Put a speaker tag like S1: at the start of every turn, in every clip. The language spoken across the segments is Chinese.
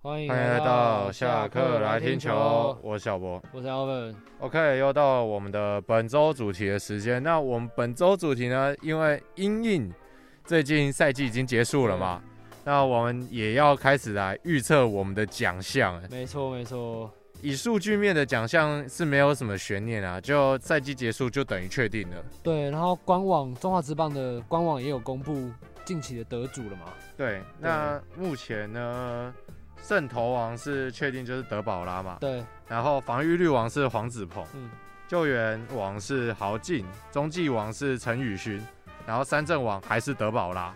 S1: 欢迎
S2: 欢迎来到下课来听球，，我是小博。
S1: 我是 Alvin。
S2: OK，又到我们的本周主题的时间。那我们本周主题呢，因为因应最近赛季已经结束了嘛，那我们也要开始来预测我们的奖项。
S1: 没错没错，
S2: 以数据面的奖项是没有什么悬念啊，就赛季结束就等于确定了。
S1: 对，然后官网中华职棒的官网也有公布近期的得主了嘛？
S2: 对，那目前呢，圣头王是确定就是德保拉嘛，
S1: 对，
S2: 然后防御率王是黄子鹏，
S1: 嗯
S2: 救援王是豪进，中继王是陈宇勋，然后三阵王还是德保拉。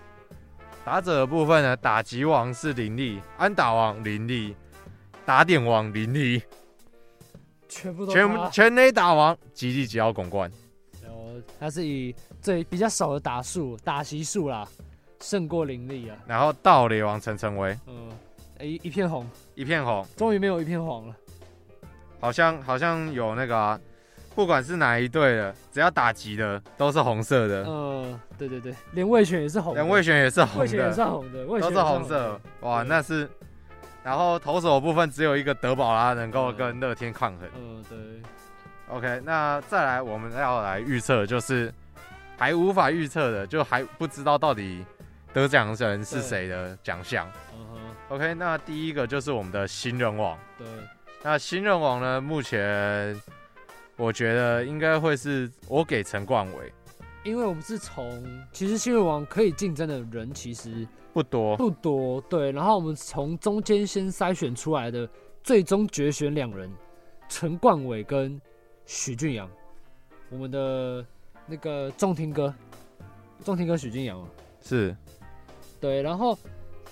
S2: 打者的部分呢，打击王是林立，安打王林立，打点王林立，
S1: 全部
S2: 全全垒打王吉利吉奥拱冠。
S1: 呃，他是以最比较少的打数打席数啦，胜过林立啊，
S2: 然后盗垒王陈晨威
S1: 嗯、一一片红，
S2: 一片红，
S1: 终于没有一片黄了。
S2: 好像好像有那个、啊，不管是哪一队的，只要打击的都是红色的，
S1: 嗯、对对对，连魏权也是红的，
S2: 连卫选也是红
S1: 魏权也
S2: 的，
S1: 算红的，魏权
S2: 都
S1: 也
S2: 是
S1: 算
S2: 红色
S1: 的，，
S2: 哇，
S1: 对
S2: 那是。然后投手的部分只有一个德保拉能够
S1: 嗯
S2: 跟乐天抗衡。
S1: 嗯、对。
S2: OK，那再来我们要来预测，就是还无法预测的，就还不知道到底得奖人是谁的奖项。
S1: 嗯哼，
S2: OK，那第一个就是我们的新人王。
S1: 对，
S2: 那新人王呢，目前我觉得应该会是我给陈冠伟，
S1: 因为我们是从其实新人王可以竞争的人其实
S2: 不多。
S1: 不多，对，然后我们从中间先筛选出来的，最终决选两人，陈冠伟跟许俊阳，我们的那个仲听哥，仲听哥许俊阳哦，
S2: 是，
S1: 对，然后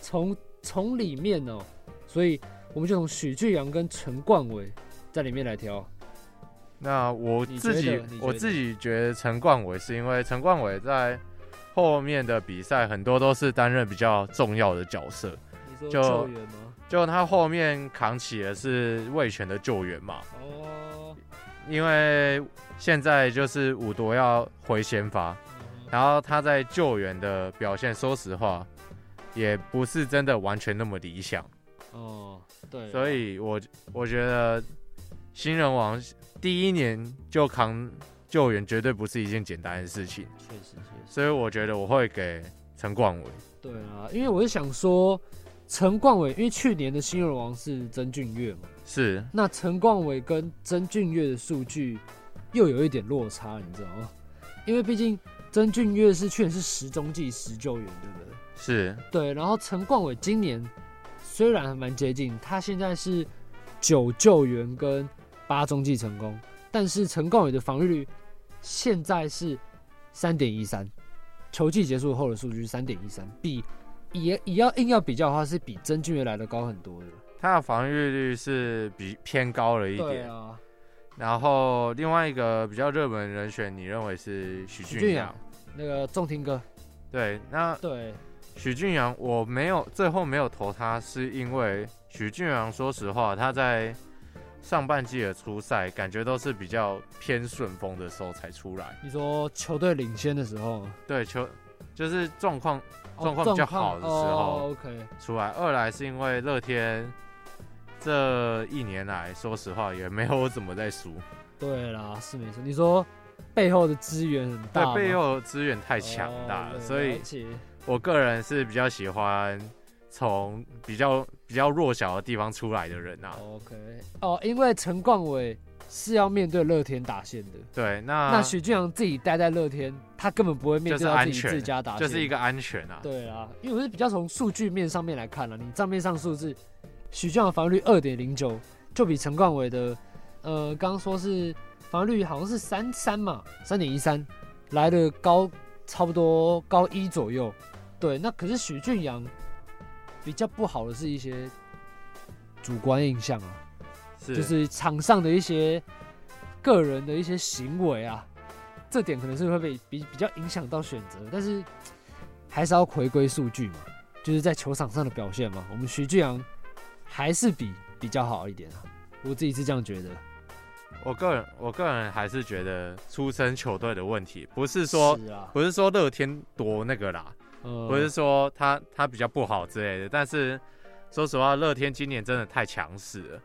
S1: 从从里面哦，所以我们就从许俊阳跟陈冠伟在里面来挑，
S2: 那我
S1: 你
S2: 自
S1: 觉得
S2: 己
S1: 你觉得
S2: 我自己觉得陈冠伟是因为陈冠伟在后面的比赛很多都是担任比较重要的角色。
S1: 你说
S2: 就
S1: 救援吗？
S2: 就他后面扛起的是魏权的救援嘛，
S1: 哦，
S2: 因为现在就是五夺要回先发，然后他在救援的表现，说实话也不是真的完全那么理想，
S1: 哦，对，
S2: 所以我我觉得新人王第一年就扛救援绝对不是一件简单的事情，
S1: 确实确实。
S2: 所以我觉得我会给陈冠伟，
S1: 对啊，因为我是想说，陈冠伟，因为去年的新人王是曾俊乐嘛，
S2: 是
S1: 那陈冠伟跟曾俊乐的数据又有一点落差，你知道吗？因为毕竟曾俊乐是去年是十中计十救援，对不对？
S2: 是
S1: 对，然后陈冠伟今年虽然还蛮接近，他现在是九救援跟八中计成功，但是陈冠伟的防御率现在是三点一三，球季结束后的数据是三点一三，比也也要硬要比较的话，是比曾俊元来的高很多的。
S2: 他的防御率是比偏高了一
S1: 对
S2: 点。
S1: 啊，
S2: 然后另外一个比较热门人选，你认为是许
S1: 许
S2: 俊
S1: 俊
S2: 阳
S1: 阳？那个仲庭哥，
S2: 对，那
S1: 对，
S2: 许俊阳我没有最后没有投他，是因为许俊阳说实话他在上半季的初赛感觉都是比较偏顺风的时候才出来，
S1: 你说球队领先的时候，
S2: 对球就是状况
S1: 哦
S2: 状况比较好的时候
S1: 哦、，OK，
S2: 出来。二来是因为乐天这一年来说实话也没有怎么在输，
S1: 对啦，是没错。你说背后的资源很大
S2: 对
S1: 吗，
S2: 背后的资源太强大
S1: 哦
S2: 了，
S1: 对
S2: 所以
S1: 了解
S2: 我个人是比较喜欢从比较比较弱小的地方出来的人啊。
S1: OK 哦，因为陈冠伟是要面对乐天打线的，
S2: 对，那
S1: 那许俊阳自己待在乐天，他根本不会面对到自
S2: 啊就
S1: 己
S2: 是安全
S1: 自家打线，
S2: 就是一
S1: 个
S2: 个安全啊。
S1: 对啊，因为我是比较从数据面上面来看啊了、你账面上数字，许俊阳的防御率二点零九，就比陈冠伟的，呃，刚刚说是防御率好像是三三嘛，三点一三，来的高差不多高一左右，对，那可是许俊阳比较不好的是一些主观印象啊。
S2: 是
S1: 就是场上的一些个人的一些行为啊，这点可能是会被比比较影响到选择，但是还是要回归数据嘛，就是在球场上的表现嘛。我们徐俊阳还是比比较好一点啊，我自己是这样觉得。
S2: 我个人，我个人还是觉得出身球队的问题，不是说
S1: 是啊，
S2: 不是说乐天多那个啦，
S1: 呃
S2: 不是说他他比较不好之类的，但是说实话，乐天今年真的太强势了，
S1: 嗯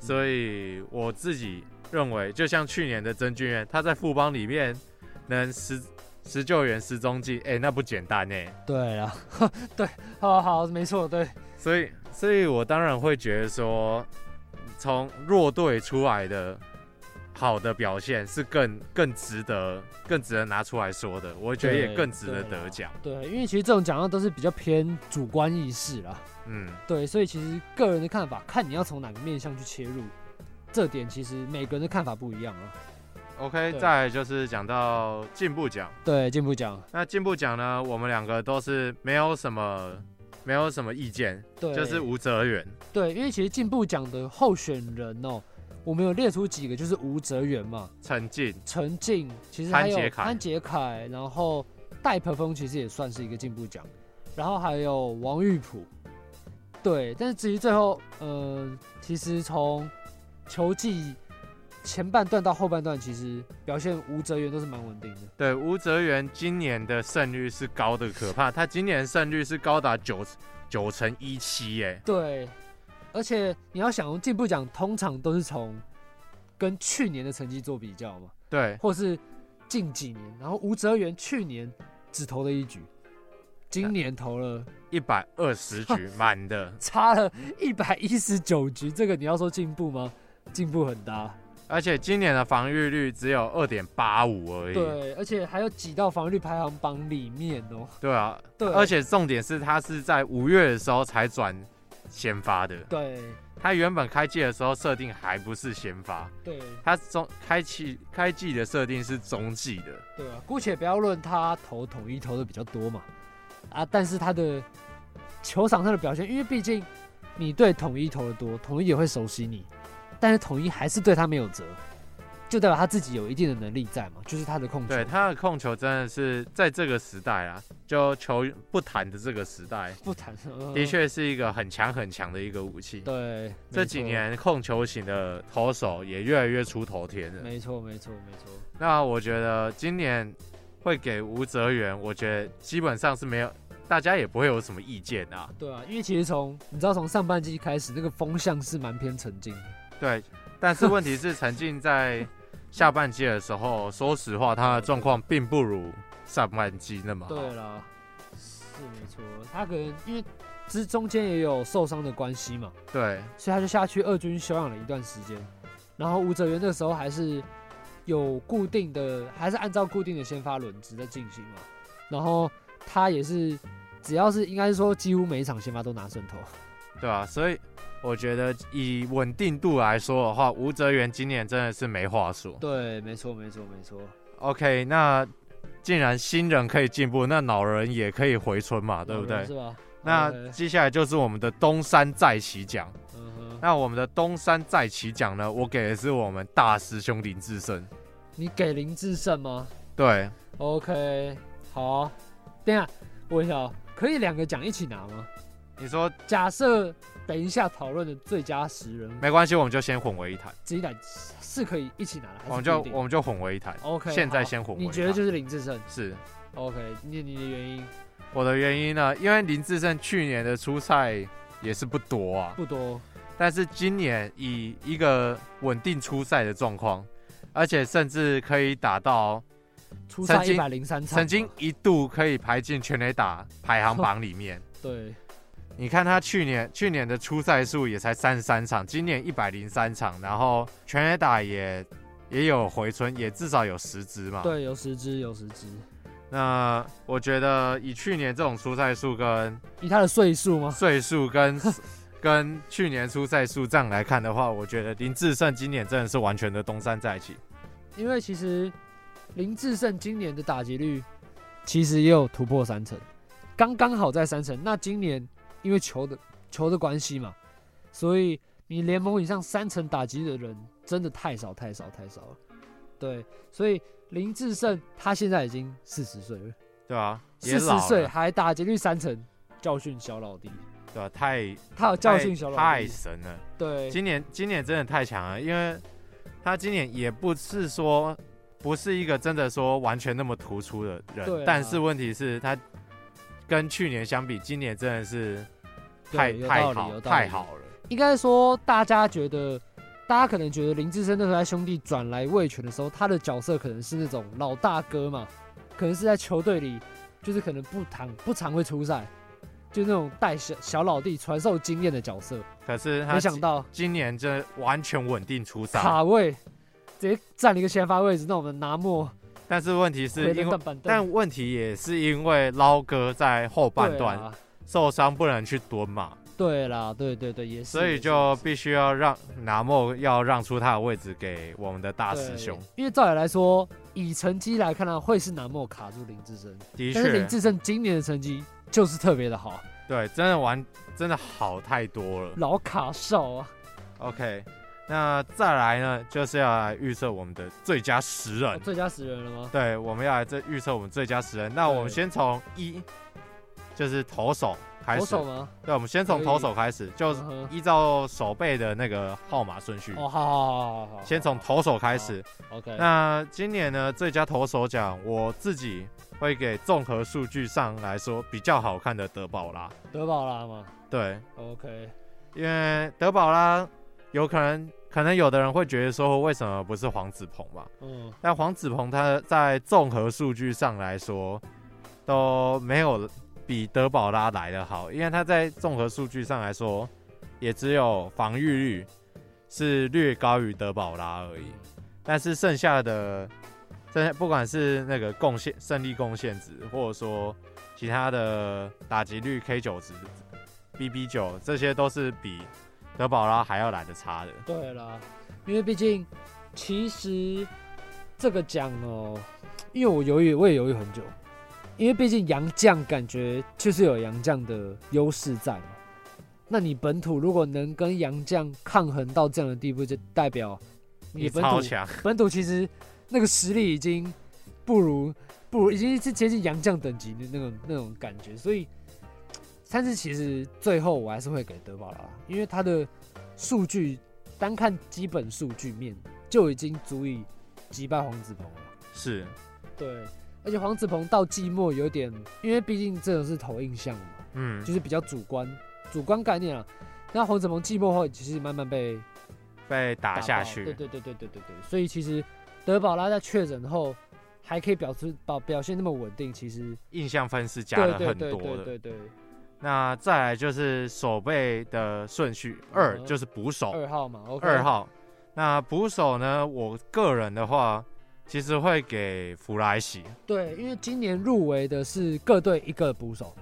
S2: 所以我自己认为，就像去年的曾俊彦，他在富邦里面能十十救援十中计，哎、那不简单呢、
S1: 对了， 对，好好，没错，对，
S2: 所以，所以我当然会觉得说，从弱队出来的好的表现是更更值得、更值得拿出来说的，我觉得也
S1: 对
S2: 更值得
S1: 对啦
S2: 得奖。
S1: 对，因为其实这种奖项都是比较偏主观意识啦，
S2: 嗯，
S1: 对，所以其实个人的看法，看你要从哪个面向去切入，这点其实每个人的看法不一样啊。
S2: OK，
S1: 对
S2: 再来就是讲到进步奖。
S1: 对，进步奖，
S2: 那进步奖呢，我们两个都是没有什么没有什么意见，
S1: 对，
S2: 就是吴哲源。
S1: 对，因为其实进步奖的候选人哦，我们有列出几个，就是吴哲源嘛，
S2: 陈进，
S1: 陈静，其实还有
S2: 潘杰凯
S1: 潘杰凯，然后戴鹏峰其实也算是一个进步奖，然后还有王玉普，对，但是至于最后，呃，其实从球季前半段到后半段，其实表现吴哲源都是蛮稳定的。
S2: 对，吴哲源今年的胜率是高的可怕，他今年胜率是高达九九成一七耶。
S1: 对，而且你要想进步奖，通常都是从跟去年的成绩做比较嘛，
S2: 对，
S1: 或是近几年。然后吴哲源去年只投了一局，今年投了
S2: 一百二十局满 的，
S1: 差了
S2: 嗯
S1: 一百一十九局，这个你要说进步吗？进步很大，
S2: 而且今年的防御率只有二点八五而已。
S1: 对，而且还有挤到防御率排行榜里面哦。
S2: 对啊，
S1: 对，
S2: 而且重点是他是在五月的时候才转先发的，
S1: 对
S2: 他原本开季的时候设定还不是先发。
S1: 对
S2: 他中开季开季的设定是中季的，
S1: 对啊，姑且不要论他投统一投的比较多嘛，啊，但是他的球场上的表现，因为毕竟你对统一投的多，统一也会熟悉你，但是统一还是对他没有责，就代表他自己有一定的能力在嘛，就是他的控球
S2: 对他的控球真的是在这个时代啊，就球不弹的这个时代，
S1: 不谈，呃
S2: 的，确是一个很强很强的一个武器。
S1: 对，
S2: 这
S1: 没
S2: 几
S1: 错，
S2: 年控球型的投手也越来越出头天了。
S1: 没错，没错，没错，
S2: 那我觉得今年会给吴哲源，我觉得基本上是没有，大家也不会有什么意见啊。
S1: 对啊，因为其实从你知道从上半季开始，那个风向是蛮偏沉静的，
S2: 对，但是问题是陈进在下半季的时候，说实话他的状况并不如上半季那么好。
S1: 对啦，是没错，他可能因为之中间也有受伤的关系嘛。
S2: 对
S1: 所以他就下去二军休养了一段时间。然后吴哲源那时候还是有固定的，还是按照固定的先发轮值在进行嘛。然后他也是，只要是应该是说几乎每一场先发都拿胜投。
S2: 对啊，所以我觉得以稳定度来说的话，吴哲源今年真的是没话说。
S1: 对，没错，没错，没错。
S2: OK，那既然新人可以进步，那老人也可以回春嘛，对不对？
S1: 是吧？哎
S2: 那
S1: OK，
S2: 接下来就是我们的东山再起奖。
S1: 嗯哼，
S2: 那我们的东山再起奖呢，我给的是我们大师兄林志胜。
S1: 你给林志胜吗
S2: 对，
S1: ？OK，好。啊等一下，我问一下哦，可以两个奖一起拿吗？
S2: 你说
S1: 假设等一下讨论的最佳十人，
S2: 没关系，我们就先混为一谈，
S1: 自己来是可以一起拿的，还是不
S2: 我们就
S1: 一定
S2: 我们就混为一谈。
S1: OK，
S2: 现在
S1: 好
S2: 先混为一
S1: 你
S2: 谈。
S1: 觉得就是林志胜
S2: 是
S1: ？OK，你你的原因
S2: 我的原因呢？因为林志胜去年的出赛也是不多啊，
S1: 不多，
S2: 但是今年以一个稳定出赛的状况，而且甚至可以打到
S1: 出赛
S2: 曾经
S1: 一百零三场嘛，
S2: 曾经一度可以排进全垒打排行榜里面。
S1: 对
S2: 你看他去年去年的出赛数也才三十三场，今年一百零三场，然后全垒打也也有回春，也至少有十支嘛。。
S1: 对有十支有十支，
S2: 那我觉得以去年这种出赛数跟
S1: 以他的岁数吗？
S2: 岁数跟跟去年出赛数这样来看的话，我觉得林志胜今年真的是完全的东山再起。
S1: 因为其实林志胜今年的打击率其实也有突破三成，刚刚好在三成。那今年因为球的球的关系嘛，所以你联盟以上三成打击的人真的太少太少太少了。对，所以林志胜他现在已经四十岁了。
S2: 对啊，也
S1: 四
S2: 老
S1: 十
S2: 了
S1: 岁，还打劫率三成，教训小老弟，
S2: 对啊，太
S1: 他有教训小老
S2: 太
S1: 弟，
S2: 神了。
S1: 对
S2: 今年今年真的太强了，因为他今年也不是说不是一个真的说完全那么突出的人，
S1: 对啊
S2: 但是问题是，他跟去年相比，今年真的是太
S1: 对有
S2: 太
S1: 道理
S2: 好
S1: 有道
S2: 太
S1: 理
S2: 好了。
S1: 应该说大家觉得，大家可能觉得林志升那时候在兄弟转来卫权的时候，他的角色可能是那种老大哥嘛，可能是在球队里就是可能不常不常会出赛，就那种带小小老弟传授经验的角色。
S2: 可是他
S1: 没想
S2: 今
S1: 到
S2: 今年真的完全稳定出赛，
S1: 卡位直接占了一个先发位置，那我们拿莫
S2: 但是问题是
S1: 回
S2: 因
S1: 了
S2: 为
S1: 断板凳。
S2: 但问题也是因为捞哥在后半
S1: 对啊
S2: 段
S1: 啦
S2: 受伤不能去蹲嘛，
S1: 对啦，对对对，也是。
S2: 所
S1: 也
S2: 以
S1: 是
S2: 就必须要让拿莫要让出他的位置给我们的大师兄。
S1: 对因为照理来说，以成绩来看呢、会是南莫卡住林志升，
S2: 的
S1: 但是林
S2: 确，
S1: 志升今年的成绩就是特别的好，
S2: 对，真的玩真的好太多了。
S1: 老卡少啊，
S2: OK，那再来呢，就是要来预测我们的最佳十人。
S1: 最佳十人了吗？
S2: 对，我们要来这预测我们最佳十人。那我们
S1: 对
S2: 先从一，就是投手开
S1: 投
S2: 始。
S1: 手吗？
S2: 对，我们先从
S1: 可以
S2: 投手开始，就是
S1: 嗯哼
S2: 依照手背的那个号码顺序，
S1: 哦，好好好好好好，
S2: 先从投手开始。
S1: OK，
S2: 那今年呢，最佳投手奖我自己会给综合数据上来说比较好看的德保拉。
S1: 德保拉嘛
S2: 对，
S1: ，OK，
S2: 因为德保拉有可能，可能有的人会觉得说，为什么不是黄子鹏嘛？
S1: 嗯，
S2: 但黄子鹏他在综合数据上来说都没有比德保拉来的好，因为他在综合数据上来说也只有防御率是略高于德保拉而已，但是剩下的剩下不管是那个贡献胜利贡献值，或者说其他的打击率 K 九值、BB 九，这些都是比德保拉还要来的差的。
S1: 对啦，因为毕竟其实这个奖哦，因为我犹豫，我也犹豫很久，因为毕竟洋将感觉就是有洋将的优势在嘛。那你本土如果能跟洋将抗衡到这样的地步，就代表
S2: 你
S1: 你本
S2: 超
S1: 土
S2: 强，
S1: 本土其实那个实力已经不如不如已经是接近洋将等级的那种那种感觉，所以但是其实最后我还是会给德保拉，因为他的数据单看基本数据面就已经足以击败黄子鹏了。
S2: 是
S1: 对，而且黄子鹏到季末有点，因为毕竟这种是投印象嘛，
S2: 嗯
S1: 就是比较主观主观概念啊。那黄子鹏季末后其实慢慢被
S2: 被打下
S1: 爆
S2: 去。
S1: 对对对对对对对，所以其实德保拉在确诊后还可以表示表表现那么稳定，其实
S2: 印象分是加
S1: 对
S2: 了
S1: 对
S2: 很
S1: 对
S2: 多
S1: 对
S2: 的。
S1: 对对，
S2: 那再来就是守备的顺序，二
S1: 嗯哼
S2: 就是捕手，
S1: 二号嘛，OK，
S2: 哦二号。那捕手呢，我个人的话，其实会给弗莱西。
S1: 对，因为今年入围的是各队一个捕手，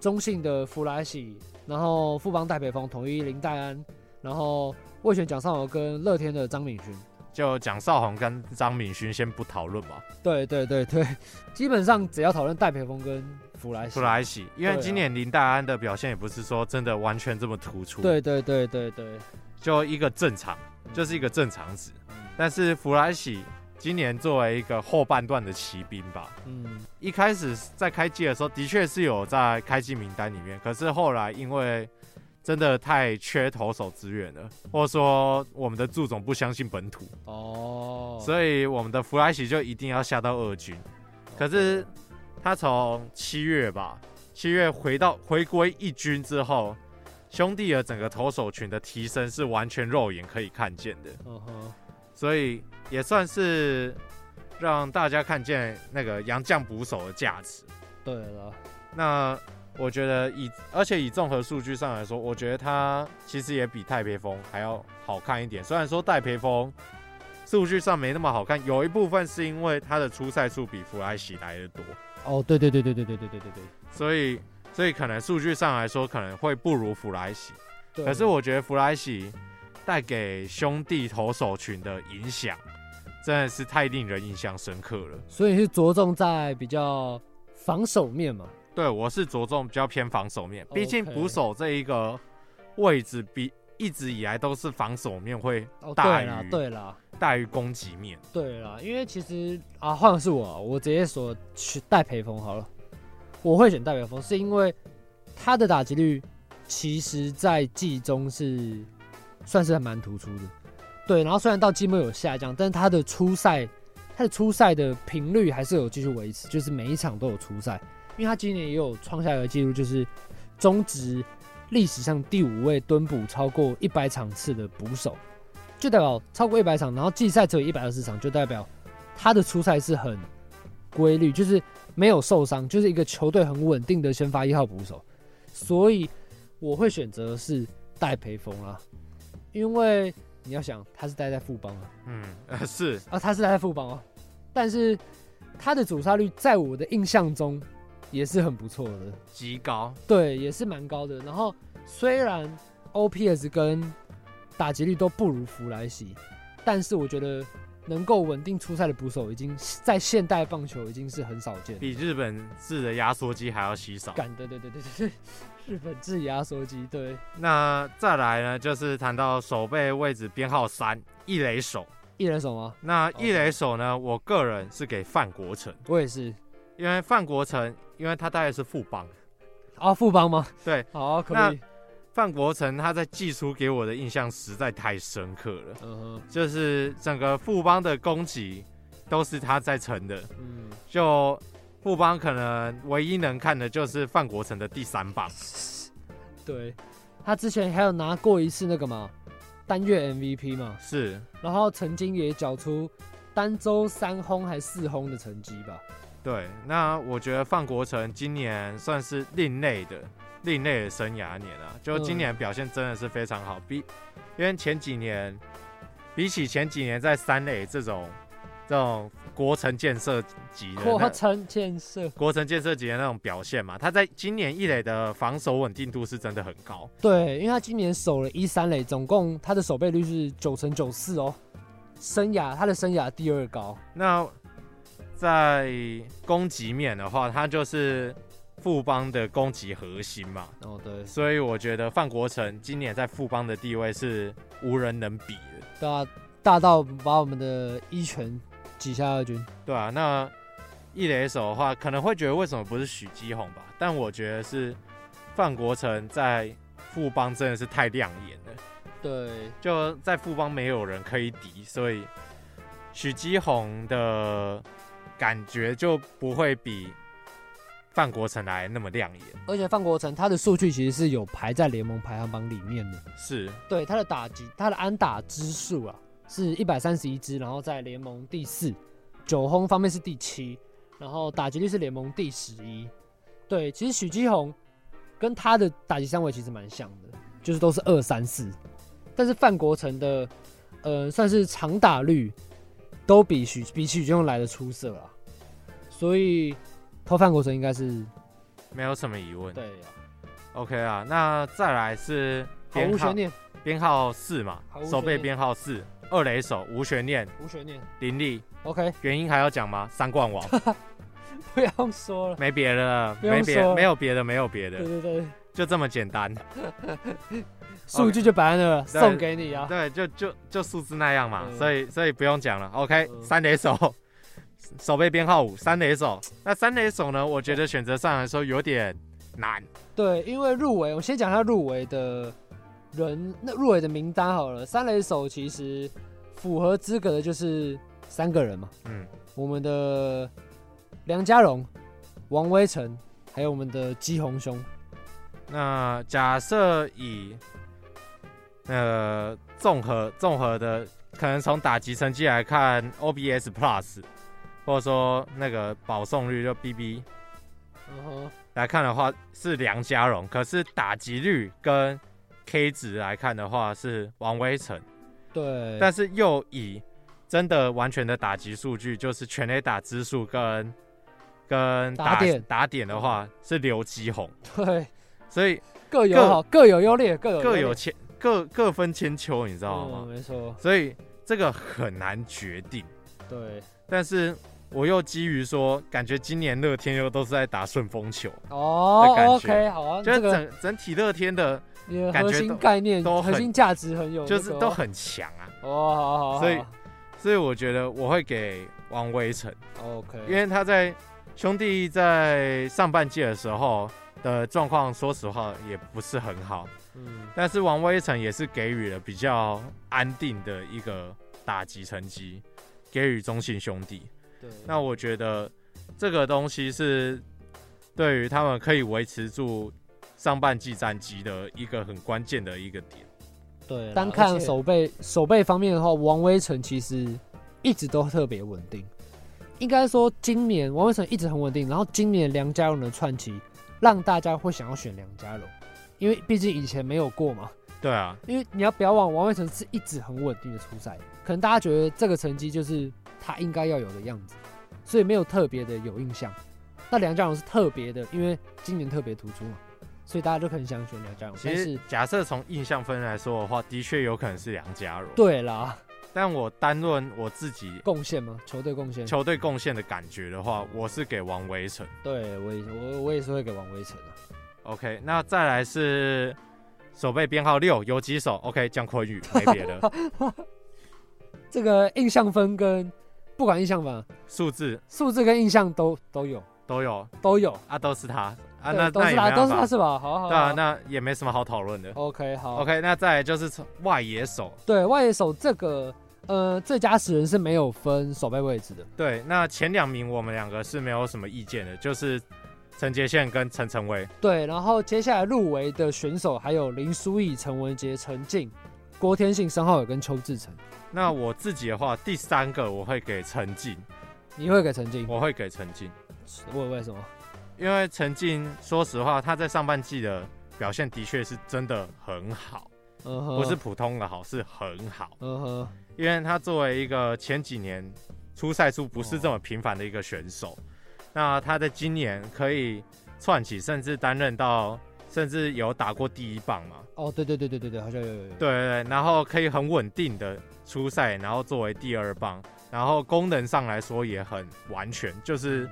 S1: 中信的弗莱喜，然后富邦戴培峰、统一林黛安，然后魏权蒋尚友跟乐天的张敏勋。
S2: 就蒋少红跟张敏勋先不讨论嘛，
S1: 对对对对，基本上只要讨论戴培峰跟弗莱喜
S2: 弗，莱西，因为
S1: 对啊
S2: 今年林黛安的表现也不是说真的完全这么突出，，
S1: 对嗯对对对对，
S2: 就一个正常，就是一个正常值。但是弗莱西今年作为一个后半段的骑兵吧，
S1: 嗯，
S2: 一开始在开机的时候，的确是有在开机名单里面，可是后来因为真的太缺投手资源了，或者说我们的祝总不相信本土，
S1: 哦，
S2: 所以我们的弗莱奇就一定要下到二军。可是他从七月吧，七月回到回归一军之后，兄弟的整个投手群的提升是完全肉眼可以看见的，
S1: 嗯哼，
S2: 所以也算是让大家看见那个洋将捕手的价值。
S1: 对了，
S2: 那我觉得以而且以综合数据上来说，我觉得他其实也比戴培峰还要好看一点。虽然说戴培峰数据上没那么好看，有一部分是因为他的出赛数比弗莱喜来的多，
S1: 哦，对对对对对对对对对对。
S2: 所以所以可能数据上来说可能会不如弗莱喜。
S1: 对
S2: 可是我觉得弗莱喜带给兄弟投手群的影响真的是太令人印象深刻了。
S1: 所以是着重在比较防守面嘛。
S2: 对，我是着重比较偏防守面，毕竟
S1: OK
S2: 捕手这一个位置比一直以来都是防守面会
S1: 哦，
S2: 大
S1: 对啦
S2: 于，
S1: 对啦，
S2: 大于攻击面。
S1: 对啦，因为其实啊，换的是我，我直接说去戴培峰好了。我会选戴培峰，是因为他的打击率其实在季中是算是还蛮突出的。对，然后虽然到季末有下降，但是他的初赛，他的初赛的频率还是有继续维持，就是每一场都有初赛。因为他今年也有创下一个记录，就是中职历史上第五位蹲捕超过一百场次的捕手，就代表超过一百场，然后季赛只有一百二十场，就代表他的出赛是很规律，就是没有受伤，就是一个球队很稳定的先发一号捕手。所以我会选择是戴培峰啦，因为你要想他是待在富邦啊，
S2: 嗯，呃是
S1: 啊，他是待在富邦哦，但是他的主杀率在我的印象中也是很不错的。
S2: 极高，
S1: 对，也是蛮高的。然后虽然 OPS 跟打击率都不如弗莱西，但是我觉得能够稳定出赛的捕手，已经在现代棒球已经是很少见了。
S2: 比日本制的压缩机还要稀少。
S1: 干，对对对对对，日本制压缩机，对，
S2: 那再来呢，就是谈到守备位置编号三，一垒手。
S1: 一人手吗？
S2: 那一垒手呢，我个人是给范国成，
S1: 我也是。
S2: 因为范国成，因为他大概是副帮，
S1: 啊，富邦吗？
S2: 对，
S1: 好，啊可
S2: 那
S1: 以。
S2: 范国成他在寄出给我的印象实在太深刻了，
S1: 嗯哼，
S2: 就是整个富邦的攻击都是他在撑的，
S1: 嗯，
S2: 就富邦可能唯一能看的就是范国成的第三棒，
S1: 对，他之前还有拿过一次那个嘛，单月 MVP 嘛，
S2: 是
S1: 然后曾经也缴出单周三轰还四轰的成绩吧。
S2: 对。那我觉得范国成今年算是另类的另类的生涯年啊，就今年表现真的是非常好，比因为前几年比起前几年在三垒这种这种国城建设级的
S1: 扩
S2: 那
S1: 城建设，
S2: 国城建设级的那种表现嘛，他在今年一垒的防守稳定度是真的很高，
S1: 对，因为他今年守了一三垒，总共他的守备率是九成九四哦，生涯他的生涯第二高。
S2: 那在攻击面的话，他就是富邦的攻击核心嘛，
S1: 哦，对，
S2: 所以我觉得范国成今年在富邦的地位是无人能比的，
S1: 大大到把我们的一拳挤下二军。
S2: 对啊，那一垒手的话，可能会觉得为什么不是许基宏吧？但我觉得是范国成在富邦真的是太亮眼了。
S1: 对，
S2: 就在富邦没有人可以敌，所以许基宏的感觉就不会比范国成来那么亮眼。
S1: 而且范国成他的数据其实是有排在联盟排行榜里面的。
S2: 是，
S1: 对，他的打击，他的安打支数啊是一百三十一支，然后在联盟第四，九轰方面是第七，然后打击率是联盟第十一。对，其实许基宏跟他的打击三围其实蛮像的，就是都是二三四，但是范国成的呃算是长打率都比许比许基宏来的出色啊，所以投范国成应该是
S2: 没有什么疑问。
S1: 对啊，
S2: OK 啊，那再来是
S1: 毫
S2: 编
S1: 无
S2: 号
S1: 悬念，
S2: 编号四嘛
S1: 毫无，悬
S2: 手背
S1: 念
S2: 编号四，二垒手无悬念
S1: 无悬念
S2: 林立，
S1: ，OK，
S2: 原因还要讲吗？三冠王，
S1: 不用说了，
S2: 没别的了，
S1: 不用
S2: 没别
S1: 说
S2: 没有别的，没有别
S1: 对
S2: 的，
S1: 对对。
S2: 就这么简单。
S1: 数据就摆在那了，
S2: 对
S1: 送给你啊。
S2: 对，就就就数字那样嘛，
S1: 嗯
S2: 所以所以不用讲了。OK，、
S1: 嗯
S2: 三垒手， 手背编号五，三垒手。那三垒手呢？我觉得选择上来说有点难。
S1: 对，因为入围，我先讲一下入围的人，那入围的名单好了。三垒手其实符合资格的就是三个人嘛，
S2: 嗯，
S1: 我们的梁家荣、王威成，还有我们的姬红兄。
S2: 那假设以呃综合综合的，可能从打击成绩来看，OBS Plus，或者说那个保送率就 BB
S1: 嗯哼，
S2: 来看的话是梁家荣，可是打击率跟 K 值来看的话是王威成。
S1: 对，
S2: 但是又以真的完全的打击数据，就是全垒打支数跟跟
S1: 打点嗯
S2: 打点的话是刘基宏，
S1: 对
S2: 所以
S1: 各有好，各有优劣，各有
S2: 各有
S1: 劣
S2: 千各各分千秋，你知道
S1: 嗯，
S2: 吗？
S1: 没错，
S2: 所以这个很难决定。
S1: 对。
S2: 但是我又基于说，感觉今年乐天又都是在打顺风球，
S1: 哦
S2: 的感觉
S1: ，OK，好啊，
S2: 就
S1: 这
S2: 是
S1: 个
S2: 整整体乐天的
S1: 你的
S2: 感
S1: 核
S2: 觉
S1: 心
S2: 都
S1: 概念、
S2: 都
S1: 核
S2: 很
S1: 心价值很有那个
S2: 就
S1: 哦，
S2: 是都很强啊，
S1: 哦，好好好，
S2: 所以所以我觉得我会给王威成。
S1: OK，
S2: 因为他在兄弟在上半季的时候的状况，说实话也不是很好，
S1: 嗯
S2: 但是王威成也是给予了比较安定的一个打击成绩，给予中信兄弟。
S1: 对，
S2: 那我觉得这个东西是对于他们可以维持住上半季战绩的一个很关键的一个点。
S3: 对啦，
S1: 单
S3: 而
S1: 看
S3: 且
S1: 守备守备方面的话，王威成其实一直都特别稳定。应该说，今年王威成一直很稳定，然后今年梁家荣的串起，让大家会想要选梁家荣，因为毕竟以前没有过嘛。
S2: 对啊，
S1: 因为你要不要忘，王威成是一直很稳定的出赛，可能大家觉得这个成绩就是他应该要有的样子，所以没有特别的有印象。那梁家荣是特别的，因为今年特别突出嘛，所以大家就很想选梁家荣。
S2: 其
S1: 但
S2: 实
S1: 是
S2: 假设从印象分来说的话，的确有可能是梁家荣。
S1: 对啦，
S2: 但我单论我自己
S1: 贡献嘛，球队贡献，
S2: 球队贡献的感觉的话，我是给王威成。
S1: 对我也我我也是会给王威成的、
S2: OK，那再来是守备编号六游击手。OK，江坤宇，没别 的
S1: 这个印象分跟不管印象分啊，
S2: 数字
S1: 数字跟印象都都有
S2: 都有
S1: 都有
S2: 啊，都是他啊，
S1: 对
S2: 那
S1: 都
S2: 那
S1: 是
S2: 也
S1: 他
S2: 没
S1: 都
S2: 办
S1: 是他哦
S2: 法。
S1: 是吧？好好
S2: 对啊，
S1: 好
S2: 那啊也没什么好讨论的。
S1: OK 好
S2: OK，那再来就是从外野手。
S1: 对外野手这个呃最佳十人是没有分守备位置的，
S2: 对，那前两名我们两个是没有什么意见的，就是陈杰宪跟陈晨威。
S1: 对，然后接下来入围的选手还有林书义、陈文杰、陈静、郭天信、申浩友跟邱志成，
S2: 那我自己的话，第三个我会给陈静，
S1: 你会给陈静？
S2: 我会给陈静，
S1: 为为什么？
S2: 因为陈静说实话，他在上半季的表现的确是真的很好，
S1: 嗯哼，
S2: 不是，普通的好，是很好。
S1: 嗯哼，
S2: 因为他作为一个前几年出赛数不是这么频繁的一个选手，那他在今年可以串起，甚至担任到，甚至有打过第一棒嘛？
S1: 哦，对对对对对对，好像有有有有，
S2: 对对对，然后可以很稳定的出赛，然后作为第二棒，然后功能上来说也很完全，就是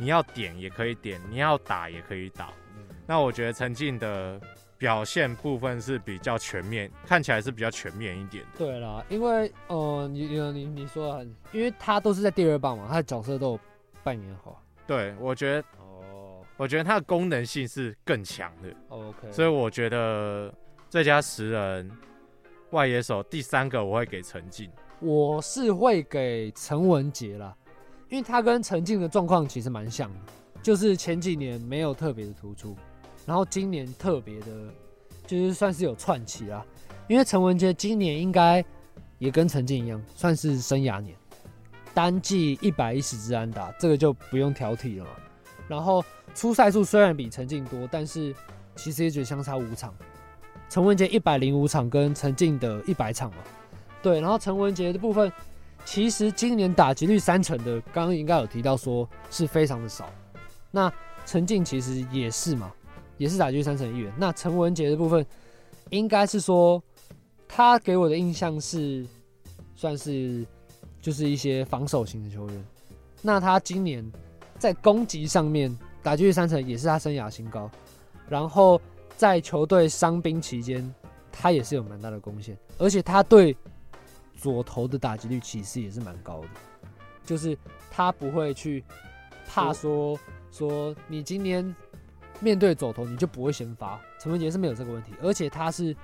S2: 你要点也可以点，你要打也可以打。那我觉得陈静的表现部分是比较全面，看起来是比较全面一点的。
S1: 对啦，因为呃，你你你你说的很，因为他都是在第二棒嘛，他的角色都有扮演好。
S2: 对，我觉得
S1: 哦
S2: 我觉得它的功能性是更强的，
S1: ，OK，
S2: 所以我觉得最佳十人外野手第三个我会给陈静。
S1: 我是会给陈文杰啦，因为他跟陈静的状况其实蛮像的，就是前几年没有特别的突出，然后今年特别的，就是算是有串起啦。因为陈文杰今年应该也跟陈静一样，算是生涯年，单季一百一十支安打，这个就不用挑剔了嘛。然后出赛数虽然比陈静多，但是其实也只相差五场，陈文杰一百零五场跟陈静的一百场嘛。对，然后陈文杰的部分，其实今年打击率三成的，刚刚应该有提到说是非常的少。那陈静其实也是嘛，也是打击率三成一员。那陈文杰的部分，应该是说他给我的印象是算是就是一些防守型的球员。那他今年在攻击上面打击率三成也是他生涯新高，然后在球队伤兵期间，他也是有蛮大的贡献，而且他对左投的打击率其实也是蛮高的，就是他不会去怕说说你今天面对左投你就不会先发，陈文杰是没有这个问题，而且他是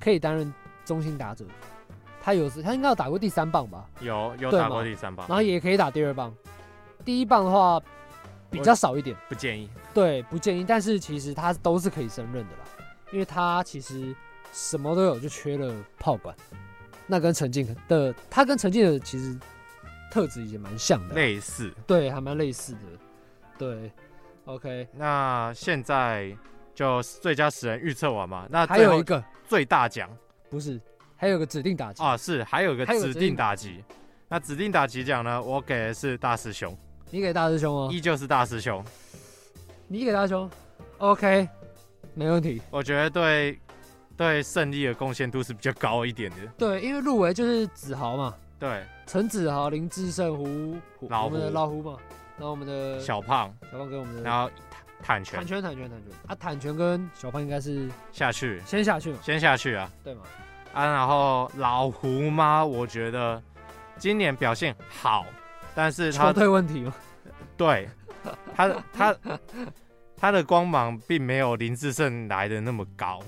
S1: 可以担任中心打者，他有时他应该有打过第三棒吧，
S2: 有有
S1: 对
S2: 打
S1: 嘛
S2: 过第三棒，
S1: 然后也可以打第二棒，第一棒的话比较少一点。
S2: 不建议。
S1: 对，不建议。但是其实他都是可以胜任的啦，因为他其实什么都有，就缺了炮管。那跟陈静的，他跟陈静的其实特质也蛮像的啊，
S2: 类似。
S1: 对，还蛮类似的。对，OK，
S2: 那现在就最佳十人预测完嘛？那
S1: 还
S2: 最后
S1: 有一个
S2: 最大奖
S1: 不是，还有一个指定打击，
S2: 啊，是还有一个
S1: 还有个
S2: 指
S1: 指
S2: 定
S1: 定
S2: 打击。那指定打击奖呢？我给的是大师兄，
S1: 你给大师兄哦，
S2: 依旧是大师兄。
S1: 你给大师兄，OK，没问题。
S2: 我觉得对对胜利的贡献度是比较高一点的。
S1: 对，因为入围就是子豪嘛，
S2: 对，
S1: 陈子豪、林志胜、胡胡
S2: 老
S1: 我们的
S2: 胡
S1: 老胡嘛，然后我们的小
S2: 小胖，
S1: 胖跟我们的
S2: 然后坦拳
S1: 坦拳，坦拳，坦拳啊！坦拳跟小胖应该是
S2: 下去，
S1: 先下去嘛，
S2: 先下去啊
S1: 对吗？
S2: 啊！然后老胡嘛，我觉得今年表现好，但是他
S1: 球队问题嘛，
S2: 对他的他他的光芒并没有林志胜来的那么高。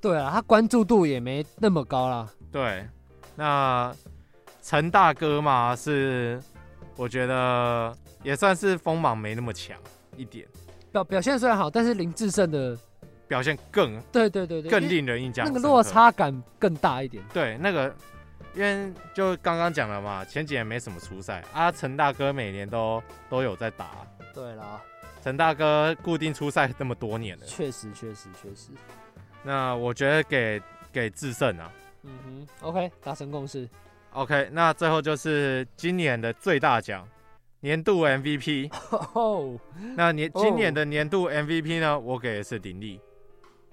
S1: 对啊，他关注度也没那么高啦。
S2: 对，那陈大哥嘛是，我觉得也算是锋芒没那么强一点。
S1: 表表现虽然好，但是林志胜的
S2: 表现更
S1: 对对对对，
S2: 更
S1: 因为
S2: 令人印象
S1: 那个
S2: 深刻。
S1: 落差感更大一点。
S2: 对，那个因为就刚刚讲了嘛，前几年没什么出赛啊，陈大哥每年都都有在打，
S1: 对啦，
S2: 陈大哥固定出赛那么多年了，
S1: 确实确实确实，
S2: 那我觉得给给制胜啊。
S1: 嗯哼，OK，达成共识。
S2: OK，那最后就是今年的最大奖，年度 MVP。
S1: 哦，
S2: 那年今年
S1: 哦
S2: 的年度 MVP 呢，我给的是林立，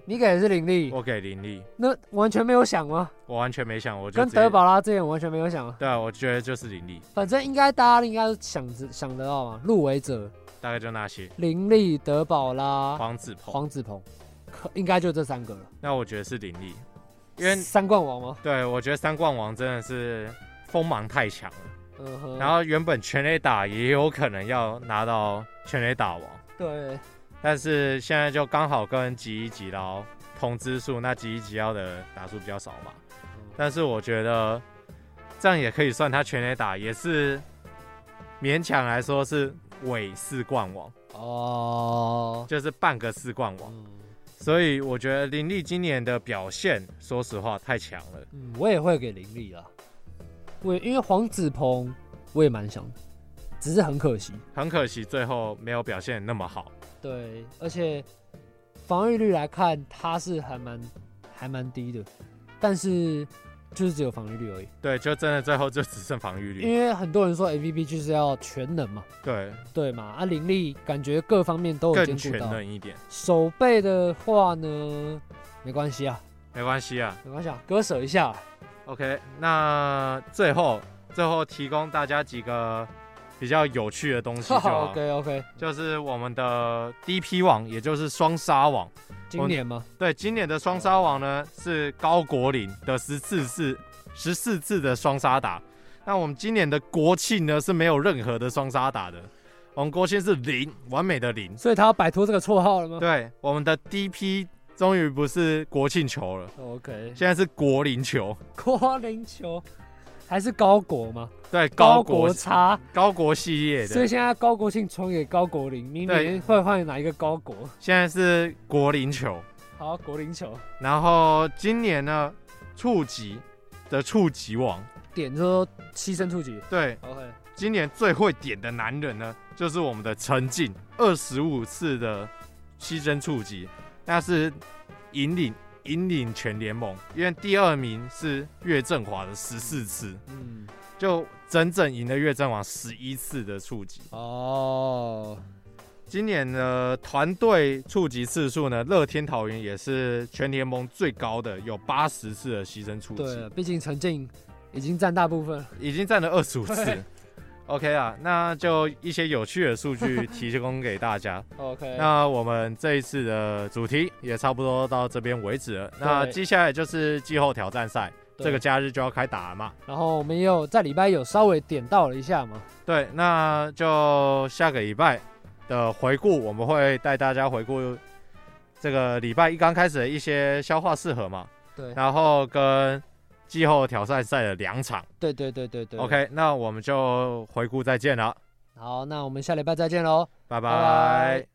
S1: 你给的是林立，
S2: 我给林立，
S1: 那完全没有想吗？
S2: 我完全没想，我就
S1: 跟
S2: 直接
S1: 德，保拉之前完全没有想，
S2: 对啊，我觉得就是林立，
S1: 反正应该大家应该都想着想得到嘛。入围者
S2: 大概就那些
S1: 林立、德保拉、
S2: 黄子鹏，
S1: 黄子鹏，可应该就这三个了。
S2: 那我觉得是林立，因为
S1: 三冠王吗？
S2: 对我觉得三冠王真的是锋芒太强了，
S1: 嗯哼，
S2: 然后原本全垒打也有可能要拿到全垒打王，
S1: 对，
S2: 但是现在就刚好跟吉一吉捞同支数，那吉一吉幺的打数比较少嘛。但是我觉得这样也可以算他全垒打，也是勉强来说是伪四冠王，
S1: 嗯哦，
S2: 就是半个四冠王。
S1: 嗯
S2: 所以我觉得林立今年的表现，说实话太强了。
S1: 嗯，我也会给林立啦。我也因为黄子鹏，我也蛮想的，只是很可惜。
S2: 很可惜最后没有表现那么好。
S1: 对，而且防御率来看，他是还蛮还蛮低的，但是就是只有防御率而已。
S2: 对，就真的最后就只剩防御
S1: 因
S2: 率。
S1: 为很多人说 MVP 就是要全能嘛，
S2: 对，
S1: 对嘛？啊，林立感觉各方面都有
S2: 更
S1: 兼
S2: 全
S1: 顾到。
S2: 能一点，
S1: 手背的话呢，没关系啊，
S2: 没关系啊。
S1: 没关系啊，割舍一下啊。
S2: OK，那最后最后提供大家几个比较有趣的东西
S1: 啊
S2: 就好
S1: OK OK，
S2: 就是我们的第一批网，也就是双杀网。
S1: 今年吗？
S2: 对，今年的双杀网呢是高国林的十四次十四次的双杀打。那我们今年的国庆呢是没有任何的双杀打的，我们国庆是零，完美的零。
S1: 所以他要摆脱这个绰号 了吗
S2: 对，我们的第一批终于不是国庆球了，
S1: ？OK，
S2: 现在是国林球。
S1: 国林球还是高国吗？
S2: 对，
S1: 高
S2: 高
S1: 国
S2: 国
S1: 差，
S2: 高国系列
S1: 所
S2: 的
S1: 以，现在高国庆传给高国林，明年会换哪一个高国？
S2: 现在是国林球。
S1: 好，国林球
S2: 然后今年呢，触及的触及网，
S1: 点说牺牲触及
S2: 对，
S1: ，OK，
S2: 今年最会点的男人呢，就是我们的陈进，二十五次的牺牲触及，那是引领引领全联盟，因为第二名是岳振华的十四次，
S1: 嗯，
S2: 就整整赢了岳振华十一次的触及。
S1: 哦，
S2: 今年的团队触及次数呢，乐天桃园也是全联盟最高的，有八十次的牺牲触
S1: 对
S2: 及
S1: 了，，毕竟陈静已经占大部分了，
S2: 已经占了二十五
S1: 对
S2: 次。OK 啊，那就一些有趣的数据提供给大家。
S1: OK，
S2: 那我们这一次的主题也差不多到这边为止了。那
S1: 对
S2: 接下来就是季后挑战赛，
S1: 对
S2: 这个假日就要开打了嘛。
S1: 然后我们也有在礼拜有稍微点到了一下嘛，
S2: 对，那就下个礼拜的回顾，我们会带大家回顾这个礼拜一刚开始的一些消化适合嘛，
S1: 对，
S2: 然后跟季后挑战赛的两场。
S1: 对对对对对
S2: OK，那我们就回顾再见了，
S1: 好，那我们下礼拜再见喽。
S2: 拜
S1: 拜拜